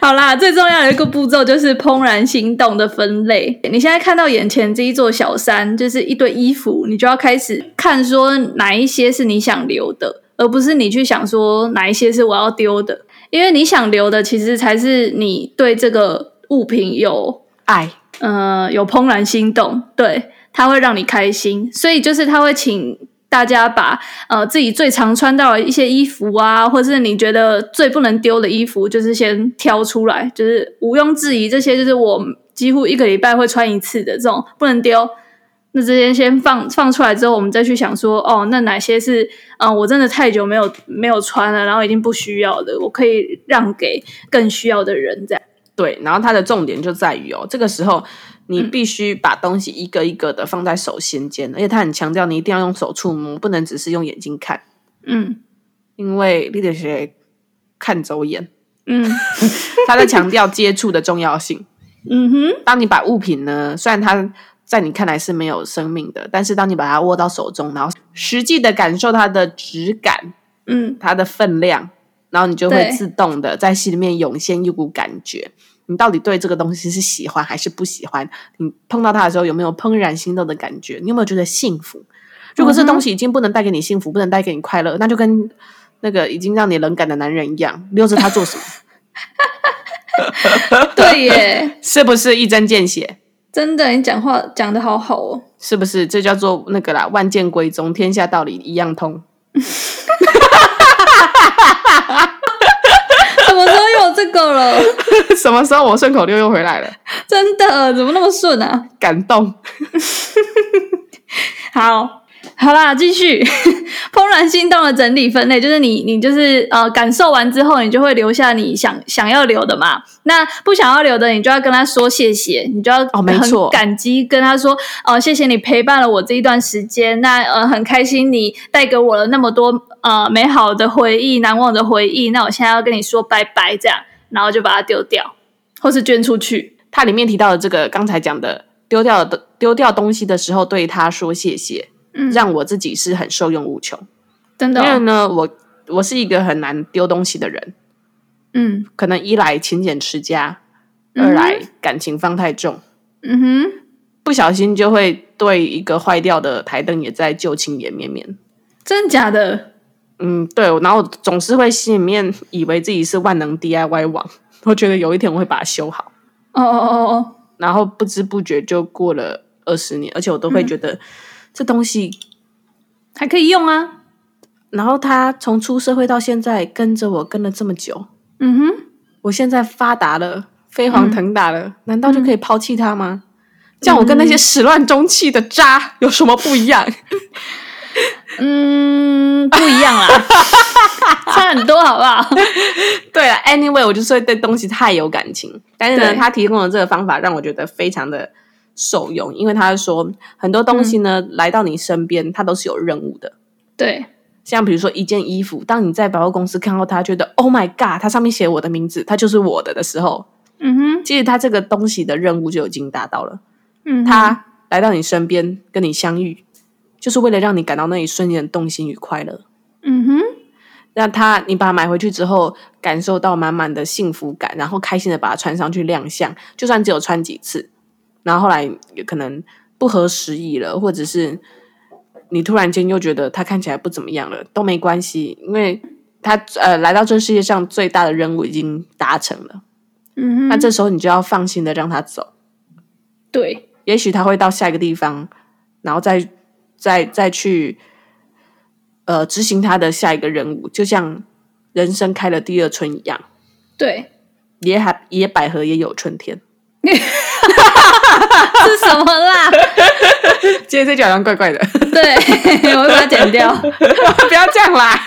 [SPEAKER 2] 好啦，最重要的一个步骤就是怦然心动的分类。你现在看到眼前这一座小山，就是一堆衣服，你就要开始看说哪一些是你想留的，而不是你去想说哪一些是我要丢的，因为你想留的其实才是你对这个物品有
[SPEAKER 1] 哎，
[SPEAKER 2] 呃，有怦然心动，对，它会让你开心，所以就是他会请大家把呃自己最常穿到的一些衣服啊，或是你觉得最不能丢的衣服，就是先挑出来，就是毋庸置疑，这些就是我几乎一个礼拜会穿一次的这种不能丢。那这些先放放出来之后，我们再去想说，哦，那哪些是，嗯、我真的太久没有没有穿了，然后已经不需要的，我可以让给更需要的人，这样。
[SPEAKER 1] 对，然后它的重点就在于哦，这个时候你必须把东西一个一个的放在手心间，而且他很强调你一定要用手触摸，不能只是用眼睛看。
[SPEAKER 2] 嗯，
[SPEAKER 1] 因为 l e a d e r s h 看走眼，
[SPEAKER 2] 嗯
[SPEAKER 1] 他在强调接触的重要性。
[SPEAKER 2] 嗯哼，
[SPEAKER 1] 当你把物品呢，虽然它在你看来是没有生命的，但是当你把它握到手中，然后实际的感受它的质感、
[SPEAKER 2] 嗯
[SPEAKER 1] 它的分量，然后你就会
[SPEAKER 2] 对
[SPEAKER 1] 自动的在心里面涌现一股感觉。你到底对这个东西是喜欢还是不喜欢？你碰到它的时候有没有怦然心动的感觉？你有没有觉得幸福？如果这
[SPEAKER 2] 嗯哼
[SPEAKER 1] 东西已经不能带给你幸福，不能带给你快乐，那就跟那个已经让你冷感的男人一样，溜着他做 什么？
[SPEAKER 2] 对耶，
[SPEAKER 1] 是不是一针见血？
[SPEAKER 2] 真的，你讲话讲的好好哦。
[SPEAKER 1] 是不是？这叫做那个啦，万剑归宗，天下道理一样通。
[SPEAKER 2] 什么时候有这个了？
[SPEAKER 1] 什么时候我顺口溜又回来了？
[SPEAKER 2] 真的，怎么那么顺啊？
[SPEAKER 1] 感动，
[SPEAKER 2] 好，好啦，继续。 怦然心动的整理分类就是你，你就是呃，感受完之后，你就会留下你想想要留的嘛。那不想要留的，你就要跟他说谢谢，你就要
[SPEAKER 1] 哦没错
[SPEAKER 2] 很感激跟他说，呃，谢谢你陪伴了我这一段时间，那呃，很开心你带给我了那么多呃美好的回忆、难忘的回忆。那我现在要跟你说拜拜，这样，然后就把它丢掉，或是捐出去。
[SPEAKER 1] 它里面提到的这个刚才讲的丢掉的丢掉东西的时候，对他说谢谢，
[SPEAKER 2] 嗯，
[SPEAKER 1] 让我自己是很受用无穷。
[SPEAKER 2] 真的
[SPEAKER 1] 因
[SPEAKER 2] 哦、
[SPEAKER 1] 为呢，我我是一个很难丢东西的人，
[SPEAKER 2] 嗯
[SPEAKER 1] 可能一来勤俭持家，
[SPEAKER 2] 嗯
[SPEAKER 1] 二来感情放太重，
[SPEAKER 2] 嗯哼。
[SPEAKER 1] 不小心就会对一个坏掉的台灯也在旧情也绵绵。
[SPEAKER 2] 真的假的？
[SPEAKER 1] 嗯，对，然后总是会心里面以为自己是万能 DIY 王， 我觉得有一天我会把它修好，
[SPEAKER 2] 哦哦哦哦，
[SPEAKER 1] 然后不知不觉就过了二十年，而且我都会
[SPEAKER 2] 嗯
[SPEAKER 1] 觉得、这东西，
[SPEAKER 2] 还可以用啊。
[SPEAKER 1] 然后它从出社会到现在跟着我跟了这么久，
[SPEAKER 2] 嗯哼，
[SPEAKER 1] 我现在发达了，飞黄腾达了，难道就可以抛弃它吗？这样我跟那些始乱终弃的渣 有什么不一样？
[SPEAKER 2] 嗯，不一样啦， 差很多，好不好？
[SPEAKER 1] 对了，anyway，我就是会对东西太有感情。但是呢，
[SPEAKER 2] 对
[SPEAKER 1] 他提供的这个方法让我觉得非常的受用，因为他说很多东西呢、来到你身边，它都是有任务的。
[SPEAKER 2] 对，
[SPEAKER 1] 像比如说一件衣服，当你在百货公司看到它，觉得 Oh my God，它上面写我的名字，它就是我的的时候，
[SPEAKER 2] 嗯哼，
[SPEAKER 1] 其实它这个东西的任务就已经达到了。
[SPEAKER 2] 嗯哼，
[SPEAKER 1] 它来到你身边，跟你相遇，就是为了让你感到那一瞬间的动心与快乐。
[SPEAKER 2] 嗯哼，
[SPEAKER 1] 那它你把它买回去之后，感受到满满的幸福感，然后开心的把它穿上去亮相，就算只有穿几次，然后后来有可能不合时宜了，或者是你突然间又觉得它看起来不怎么样了，都没关系，因为它呃来到这世界上最大的任务已经达成了，
[SPEAKER 2] 嗯哼，
[SPEAKER 1] 那这时候你就要放心的让它走，
[SPEAKER 2] 对，
[SPEAKER 1] 也许它会到下一个地方，然后再再再去呃执行它的下一个任务，就像人生开了第二春一样，
[SPEAKER 2] 对，
[SPEAKER 1] 野海野百合也有春天。
[SPEAKER 2] 是什么啦？
[SPEAKER 1] 今天这句好像怪怪的，
[SPEAKER 2] 对， 我会把它剪 掉。
[SPEAKER 1] 不要这样啦。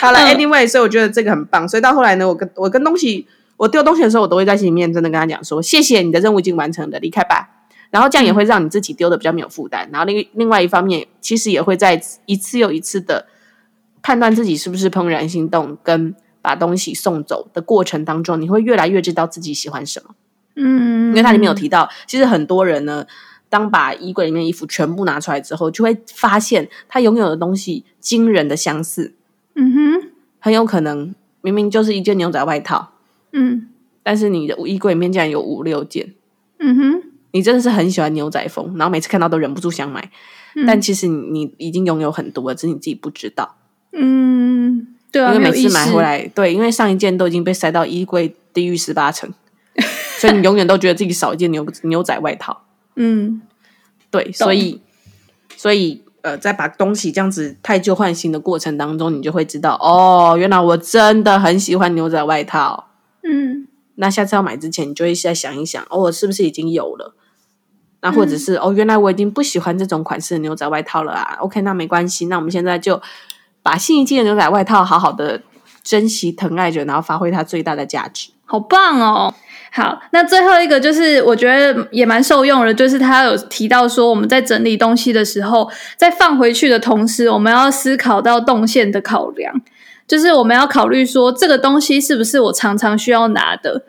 [SPEAKER 1] 好了
[SPEAKER 2] 嗯
[SPEAKER 1] ，anyway，所以我觉得这个很棒。所以到后来呢，我跟我跟东西，我丢东西的时候，我都会在心里面真的跟他讲说：“谢谢，你的任务已经完成了，离开吧。”然后这样也会让你自己丢的比较没有负担。然后另另外一方面，其实也会在一次又一次的判断自己是不是怦然心动，跟把东西送走的过程当中，你会越来越知道自己喜欢什么。
[SPEAKER 2] 嗯，
[SPEAKER 1] 因为它里面有提到，其实很多人呢，当把衣柜里面的衣服全部拿出来之后，就会发现他拥有的东西惊人的相似，
[SPEAKER 2] 嗯哼，
[SPEAKER 1] 很有可能明明就是一件牛仔外套，
[SPEAKER 2] 嗯
[SPEAKER 1] 但是你的衣柜里面竟然有五六件。
[SPEAKER 2] 嗯哼，
[SPEAKER 1] 你真的是很喜欢牛仔风，然后每次看到都忍不住想买，
[SPEAKER 2] 嗯
[SPEAKER 1] 但其实你你已经拥有很多了，只是你自己不知道，
[SPEAKER 2] 嗯，对
[SPEAKER 1] 因
[SPEAKER 2] 啊，
[SPEAKER 1] 为
[SPEAKER 2] 没
[SPEAKER 1] 每
[SPEAKER 2] 有意
[SPEAKER 1] 次
[SPEAKER 2] 识
[SPEAKER 1] 买回，来，对，因为上一件都已经被塞到衣柜地狱十八 层，所以你永远都觉得自己少一件牛牛仔外套。
[SPEAKER 2] 嗯，
[SPEAKER 1] 对，所以所以呃，在把东西这样子太旧换新的过程当中，你就会知道哦，原来我真的很喜欢牛仔外套。
[SPEAKER 2] 嗯，
[SPEAKER 1] 那下次要买之前，你就会再想一想，哦，我是不是已经有了？那或者是、哦，原来我已经不喜欢这种款式的牛仔外套了啊。OK，那没关系，那我们现在就把新一季的牛仔外套好好的珍惜、疼爱着，然后发挥它最大的价值。
[SPEAKER 2] 好棒哦！好，那最后一个就是我觉得也蛮受用的，就是他有提到说我们在整理东西的时候，在放回去的同时，我们要思考到动线的考量，就是我们要考虑说这个东西是不是我常常需要拿的。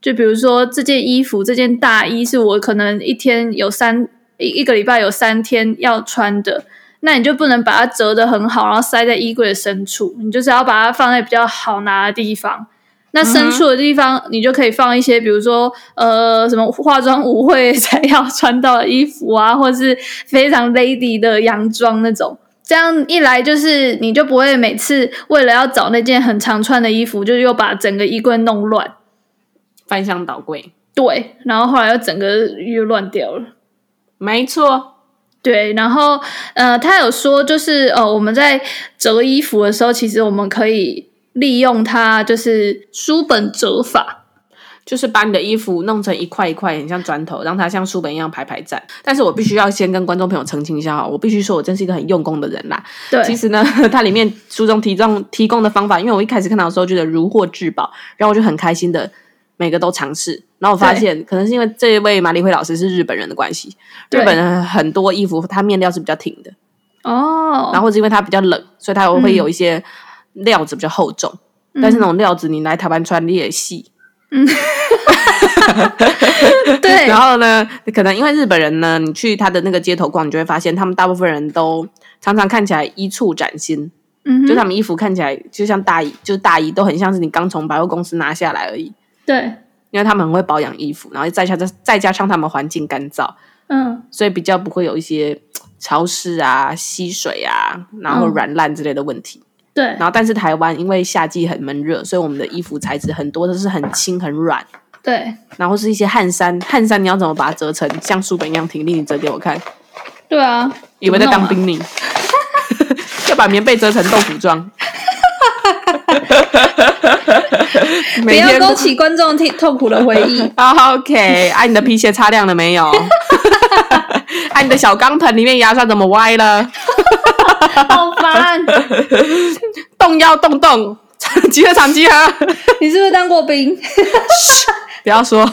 [SPEAKER 2] 就比如说这件衣服，这件大衣是我可能一天有三一一个礼拜有三天要穿的，那你就不能把它折得很好，然后塞在衣柜的深处，你就是要把它放在比较好拿的地方。那深处的地方，你就可以放一些，比如说呃什么化妆舞会才要穿到的衣服啊，或是非常 lady 的洋装那种。这样一来，就是你就不会每次为了要找那件很常穿的衣服，就又把整个衣柜弄乱。
[SPEAKER 1] 翻箱倒柜，
[SPEAKER 2] 对，然后后来又整个又乱掉了。
[SPEAKER 1] 没错，
[SPEAKER 2] 对，然后呃，他有说就是呃，我们在折衣服的时候，其实我们可以利用它，就是书本折法。
[SPEAKER 1] 就是把你的衣服弄成一块一块，很像砖头，让它像书本一样排排站。但是我必须要先跟观众朋友澄清一下哈，我必须说我真是一个很用功的人啦。
[SPEAKER 2] 对，
[SPEAKER 1] 其实呢，它里面书中提供提供的方法，因为我一开始看到的时候觉得如获至宝，然后我就很开心的每个都尝试。然后我发现，可能是因为这位马丽辉老师是日本人的关系，日
[SPEAKER 2] 对
[SPEAKER 1] 本人很多衣服它面料是比较挺的，
[SPEAKER 2] 哦，
[SPEAKER 1] 然后或是因为它比较冷，所以它
[SPEAKER 2] 嗯
[SPEAKER 1] 会有一些料子比较厚重。但是那种料子你来台湾穿你也细，
[SPEAKER 2] 嗯对
[SPEAKER 1] 然后呢，可能因为日本人呢，你去他的那个街头逛，你就会发现他们大部分人都常常看起来衣处崭新，
[SPEAKER 2] 嗯哼
[SPEAKER 1] 就他们衣服看起来就像大衣，就是大衣都很像是你刚从百货公司拿下来而已。
[SPEAKER 2] 对，
[SPEAKER 1] 因为他们很会保养衣服，然后再加再再加上他们环境干燥，
[SPEAKER 2] 嗯，
[SPEAKER 1] 所以比较不会有一些嘖潮湿啊、吸水啊，然后
[SPEAKER 2] 嗯
[SPEAKER 1] 软烂之类的问题。
[SPEAKER 2] 对，
[SPEAKER 1] 然后，但是台湾因为夏季很闷热，所以我们的衣服材质很多都是很轻很软，
[SPEAKER 2] 对，
[SPEAKER 1] 然后是一些汗衫。汗衫你要怎么把它折成像书本一样挺立？你折给我看，
[SPEAKER 2] 对啊，
[SPEAKER 1] 以为在
[SPEAKER 2] 怎么弄
[SPEAKER 1] 当
[SPEAKER 2] 啊
[SPEAKER 1] 兵呢。 要把棉被折成豆腐状，
[SPEAKER 2] 不
[SPEAKER 1] 每
[SPEAKER 2] 要
[SPEAKER 1] 天。
[SPEAKER 2] 勾起观众痛痛苦的回忆
[SPEAKER 1] 啊 OK，啊，你的皮鞋擦亮了没有？ 啊，你的小钢盆里面牙刷怎么歪了？
[SPEAKER 2] 好烦，
[SPEAKER 1] 动腰动 动，集合场集合，
[SPEAKER 2] 你是不是当过 兵？
[SPEAKER 1] 不要说，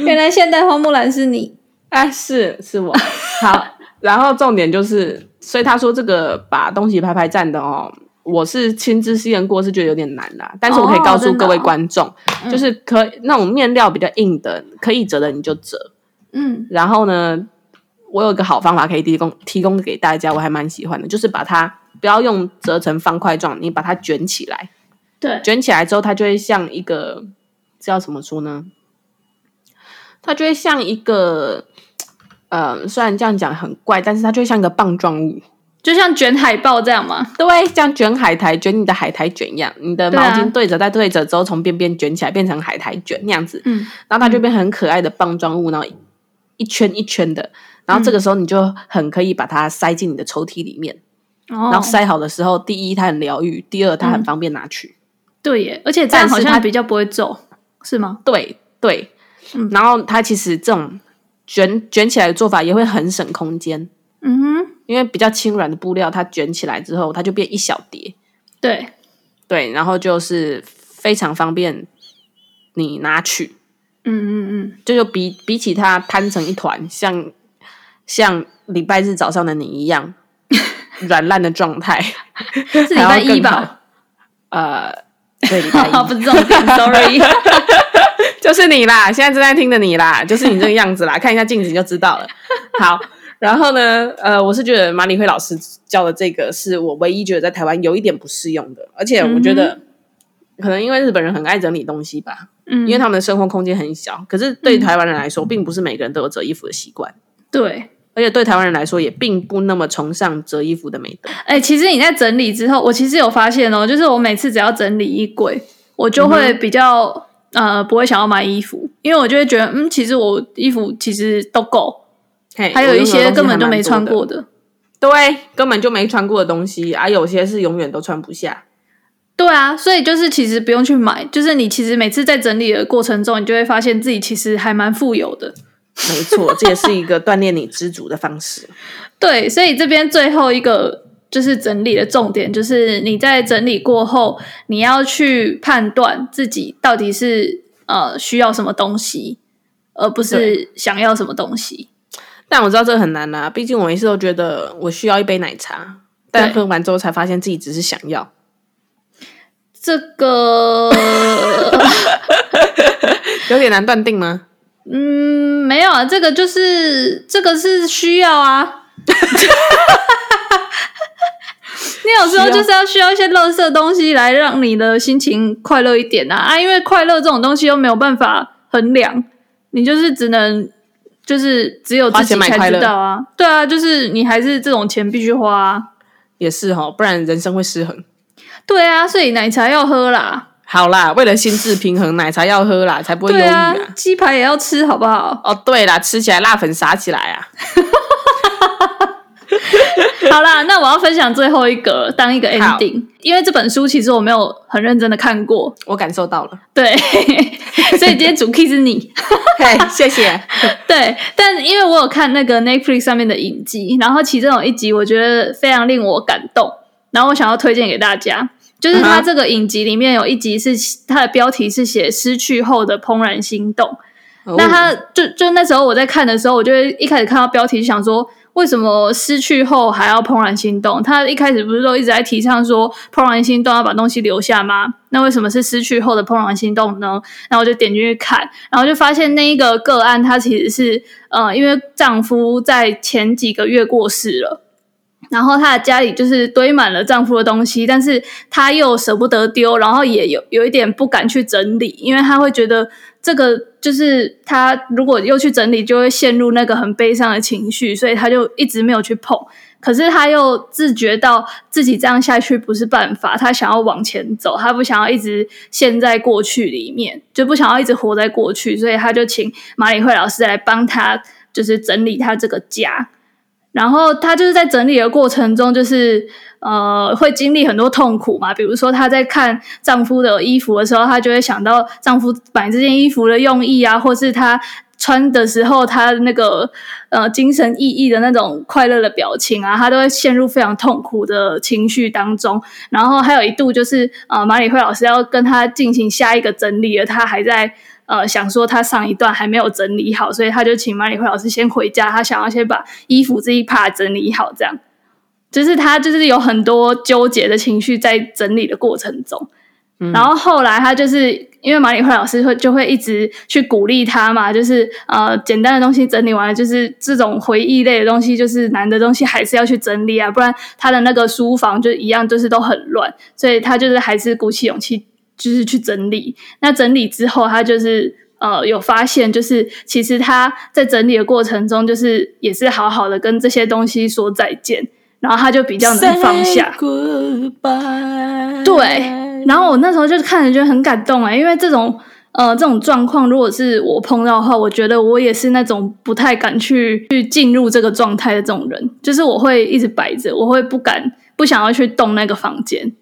[SPEAKER 2] 原来现代花木兰是你。
[SPEAKER 1] 哎，是是我。好，然后重点就是，所以他说这个把东西排排站的哦，我是亲自试验过，是觉得有点难啦。但是我可以
[SPEAKER 2] 哦
[SPEAKER 1] 告诉
[SPEAKER 2] 真的
[SPEAKER 1] 各位
[SPEAKER 2] 哦
[SPEAKER 1] 观众，就是可那种面料比较硬的，可以折的你就折，
[SPEAKER 2] 嗯，
[SPEAKER 1] 然后呢，我有一个好方法可以提供提供给大家，我还蛮喜欢的，就是把它不要用折成方块状，你把它卷起来，
[SPEAKER 2] 对，
[SPEAKER 1] 卷起来之后，它就会像一个这要怎么说呢？它就会像一个，呃，虽然这样讲很怪，但是它就会像一个棒状物，
[SPEAKER 2] 就像卷海报这样嘛。
[SPEAKER 1] 对，像卷海苔，卷你的海苔卷一样，你的
[SPEAKER 2] 对
[SPEAKER 1] 毛
[SPEAKER 2] 啊
[SPEAKER 1] 巾对折再对折之后，从边边卷起来变成海苔卷那样子，
[SPEAKER 2] 嗯，
[SPEAKER 1] 然后它就变很可爱的棒状物，然后一圈一圈的，然后这个时候你就很可以把它塞进你的抽屉里面，
[SPEAKER 2] 哦
[SPEAKER 1] 然后塞好的时候，第一它很疗愈，第二
[SPEAKER 2] 嗯
[SPEAKER 1] 它很方便拿去，
[SPEAKER 2] 对耶，而且这样
[SPEAKER 1] 但是
[SPEAKER 2] 好像
[SPEAKER 1] 它
[SPEAKER 2] 还比较不会皱，是吗？
[SPEAKER 1] 对对，
[SPEAKER 2] 嗯
[SPEAKER 1] 然后它其实这种卷卷起来的做法也会很省空间，
[SPEAKER 2] 嗯哼，
[SPEAKER 1] 因为比较轻软的布料，它卷起来之后它就变一小叠，
[SPEAKER 2] 对，
[SPEAKER 1] 对，然后就是非常方便你拿取。
[SPEAKER 2] 嗯嗯嗯，
[SPEAKER 1] 就是比比起它摊成一团，像像礼拜日早上的你一 样软烂的状态，
[SPEAKER 2] 嗯是礼拜一
[SPEAKER 1] 还要更
[SPEAKER 2] 吧
[SPEAKER 1] 好？呃，对， 礼拜一
[SPEAKER 2] 哈不是重点，sorry。
[SPEAKER 1] 就是你啦，现在正在听的你啦，就是你这个样子 啦，看一下镜子你就知道了。好，然后呢，呃，我是觉得马里辉老师教的这个是我唯一觉得在台湾有一点不适用的，而且我觉得、可能因为日本人很爱整理东西吧，
[SPEAKER 2] 嗯，
[SPEAKER 1] 因为他们的生活空间很小，可是对台湾人来说，并不是每个人都有折衣服的习惯。
[SPEAKER 2] 对，
[SPEAKER 1] 而且对台湾人来说也并不那么崇尚折衣服的美德。
[SPEAKER 2] 哎、其实你在整理之后，我其实有发现哦，就是我每次只要整理衣柜，我就会比较、呃不会想要买衣服，因为我就会觉得嗯，其实我衣服其实都够，
[SPEAKER 1] 嘿
[SPEAKER 2] 还有一些根本就没穿，
[SPEAKER 1] 我
[SPEAKER 2] 过的。
[SPEAKER 1] 用的东西还蛮多的对，根本就没穿过的东西啊，有些是永远都穿不下。
[SPEAKER 2] 对啊，所以就是其实不用去买，就是你其实每次在整理的过程中，你就会发现自己其实还蛮富有的。
[SPEAKER 1] 没错，这也是一个锻炼你知足的方式。
[SPEAKER 2] 对，所以这边最后一个就是整理的重点，就是你在整理过后，你要去判断自己到底是呃需要什么东西，而不是想要什么东西。
[SPEAKER 1] 但我知道这很难啦、啊毕竟我每次都觉得我需要一杯奶茶，但
[SPEAKER 2] 对
[SPEAKER 1] 喝完之后才发现自己只是想要。
[SPEAKER 2] 这个
[SPEAKER 1] 有点难断定吗？
[SPEAKER 2] 嗯没有啊，这个就是这个是需要啊。 你有时候
[SPEAKER 1] 需要
[SPEAKER 2] 就是要需要一些垃圾东西来让你的心情快乐一点啊啊！因为快乐这种东西又没有办法衡量，你就是只能就是只有自
[SPEAKER 1] 花
[SPEAKER 2] 己
[SPEAKER 1] 钱买
[SPEAKER 2] 才
[SPEAKER 1] 快乐
[SPEAKER 2] 知道啊。对啊，就是你还是这种钱必须花、啊。
[SPEAKER 1] 也是哈，不然人生会失衡。
[SPEAKER 2] 对啊，所以奶茶要喝啦。
[SPEAKER 1] 好啦，为了心智平衡，奶茶要喝啦，才不会忧
[SPEAKER 2] 对
[SPEAKER 1] 郁
[SPEAKER 2] 啊
[SPEAKER 1] 啊。，
[SPEAKER 2] 鸡排也要吃，好不好？
[SPEAKER 1] 哦，对啦，吃起来辣粉撒起来啊！
[SPEAKER 2] 好啦，那我要分享最后一个了当一个 ending，因为这本书其实我没有很认真的看过，
[SPEAKER 1] 我感受到了，
[SPEAKER 2] 对， 所以今天主 key 是你，
[SPEAKER 1] 嘿， 谢谢。
[SPEAKER 2] 对，但因为我有看那个 Netflix 上面的影集，然后其中有一集我觉得非常令我感动，然后我想要推荐给大家。就是
[SPEAKER 1] 嗯
[SPEAKER 2] 它
[SPEAKER 1] 哼
[SPEAKER 2] 这个影集里面有一集是它的标题是写失去后的怦然心动，
[SPEAKER 1] 呃
[SPEAKER 2] 那
[SPEAKER 1] 哦
[SPEAKER 2] 他就就那时候我在看的时候，我就会一开始看到标题就想说，为什么失去后还要怦然心动？他一开始不是都一直在提倡说怦然心动要把东西留下吗？那为什么是失去后的怦然心动呢？然后我就点进去看，然后就发现那一个个案，她其实是呃，因为丈夫在前几个月过世了。然后她的家里就是堆满了丈夫的东西，但是她又舍不得丢，然后也有有一点不敢去整理，因为她会觉得这个就是她如果又去整理，就会陷入那个很悲伤的情绪，所以她就一直没有去碰。可是她又自觉到自己这样下去不是办法，她想要往前走，她不想要一直陷在过去里面，就不想要一直活在过去，所以她就请马里慧老师来帮她，就是整理她这个家。然后他就是在整理的过程中，就是呃会经历很多痛苦嘛，比如说她在看丈夫的衣服的时候，她就会想到丈夫买这件衣服的用意啊，或是她穿的时候她那个呃精神奕奕的那种快乐的表情啊，她都会陷入非常痛苦的情绪当中。然后还有一度就是呃马里慧老师要跟她进行下一个整理了，她还在。呃，想说她上一段还没有整理好，所以她就请马里慧老师先回家，她想要先把衣服这一 part 整理好，这样。就是她就是有很多纠结的情绪在整理的过程中，然后后来她就是因为马里慧老师会就会一直去鼓励她嘛，就是呃简单的东西整理完啊了，就是这种回忆类的东西，就是难的东西还是要去整理啊，不然她的那个书房就一样就是都很乱，所以她就是还是鼓起勇气就是去整理，啊那整理之后，他就是呃有发现，就是其实他在整理的过程中，就是也是好好的跟这些东西说再见，然后他就比较能放下。
[SPEAKER 1] Goodbye
[SPEAKER 2] 对，然后我那时候就看着觉得很感动哎、因为这种呃这种状况，如果是我碰到的话，我觉得我也是那种不太敢去去进入这个状态的这种人，就是我会一直摆着，我会不敢不想要去动那个房间。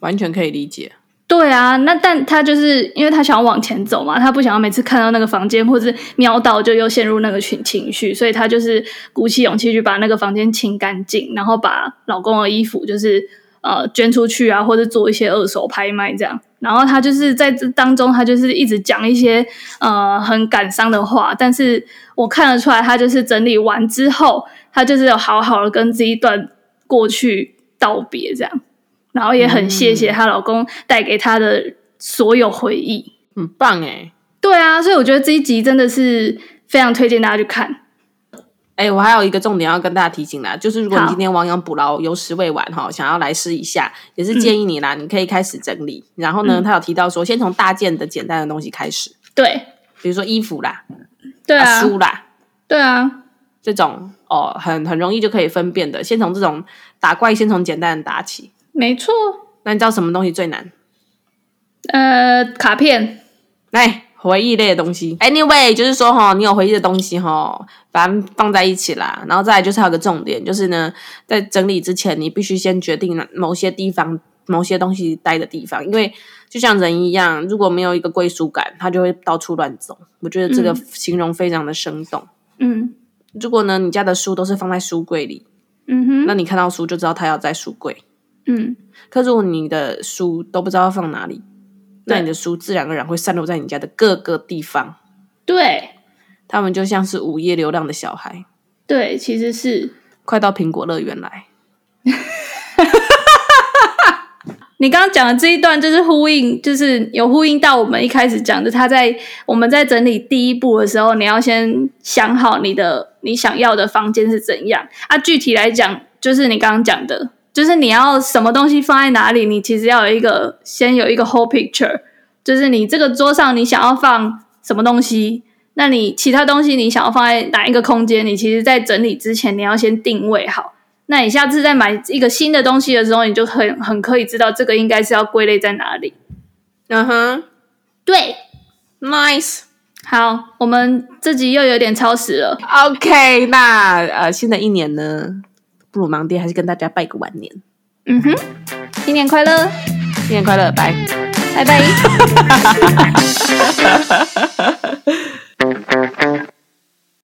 [SPEAKER 1] 完全可以理解。
[SPEAKER 2] 对啊，那但他就是因为他想要往前走嘛，他不想要每次看到那个房间或是瞄到就又陷入那个情情绪，所以他就是鼓起勇气去把那个房间清干净，然后把老公的衣服就是呃捐出去啊，或者做一些二手拍卖这样。然后他就是在这当中，他就是一直讲一些呃很感伤的话，但是我看得出来，他就是整理完之后，他就是有好好的跟这一段过去道别这样。然后也很谢谢她老公带给她的所有回忆。
[SPEAKER 1] 很棒哎、
[SPEAKER 2] 对啊，所以我觉得这一集真的是非常推荐大家去看。
[SPEAKER 1] 哎、我还有一个重点要跟大家提醒啦，就是如果你
[SPEAKER 2] 好
[SPEAKER 1] 今天亡羊补牢、有食未完哈，想要来试一下，也
[SPEAKER 2] 嗯
[SPEAKER 1] 是建议你啦，你可以开始整理。然后呢，他有提到说，先从大件的简单的东西开始，
[SPEAKER 2] 对，
[SPEAKER 1] 比如说衣服啦、
[SPEAKER 2] 对啊，
[SPEAKER 1] 书啦，
[SPEAKER 2] 对啊，
[SPEAKER 1] 这种哦，很很容易就可以分辨的。先从这种打怪，先从简单的打起。
[SPEAKER 2] 没错。
[SPEAKER 1] 那你知道什么东西最难？
[SPEAKER 2] 呃，卡片，
[SPEAKER 1] 来，回忆类的东西。Anyway，就是说哈，你有回忆的东西哈，把它们放在一起啦。然后再来就是还有个重点，就是呢，在整理之前，你必须先决定哪某些地方、某些东西待的地方，因为就像人一样，如果没有一个归属感，他就会到处乱走。我觉得这个
[SPEAKER 2] 嗯
[SPEAKER 1] 形容非常的生动。
[SPEAKER 2] 嗯，
[SPEAKER 1] 如果呢，你家的书都是放在书柜里，
[SPEAKER 2] 嗯哼，
[SPEAKER 1] 那你看到书就知道它要在书柜。
[SPEAKER 2] 嗯，
[SPEAKER 1] 可如果你的书都不知道放哪里，那
[SPEAKER 2] 对
[SPEAKER 1] 你的书自然而然会散落在你家的各个地方。
[SPEAKER 2] 对
[SPEAKER 1] 他们就像是午夜流浪的小孩，
[SPEAKER 2] 对，其实是
[SPEAKER 1] 快到苹果乐园来。
[SPEAKER 2] 你刚刚讲的这一段，就是呼应，就是有呼应到我们一开始讲的，他在我们在整理第一步的时候，你要先想好你的你想要的房间是怎样啊。具体来讲，就是你刚刚讲的，就是你要什么东西放在哪里，你其实要有一个先有一个 whole picture，就是你这个桌上你想要放什么东西，那你其他东西你想要放在哪一个空间，你其实在整理之前，你要先定位好。那你下次再买一个新的东西的时候，你就很很可以知道这个应该是要归类在哪里。
[SPEAKER 1] 嗯哼
[SPEAKER 2] 对，
[SPEAKER 1] ，nice。
[SPEAKER 2] 好，我们这集又有点超时了。
[SPEAKER 1] OK，那呃，新的一年呢，布鲁芒爹还是跟大家拜个晚年，
[SPEAKER 2] 嗯哼，新年快乐，
[SPEAKER 1] 新年快乐，拜。
[SPEAKER 2] 拜拜。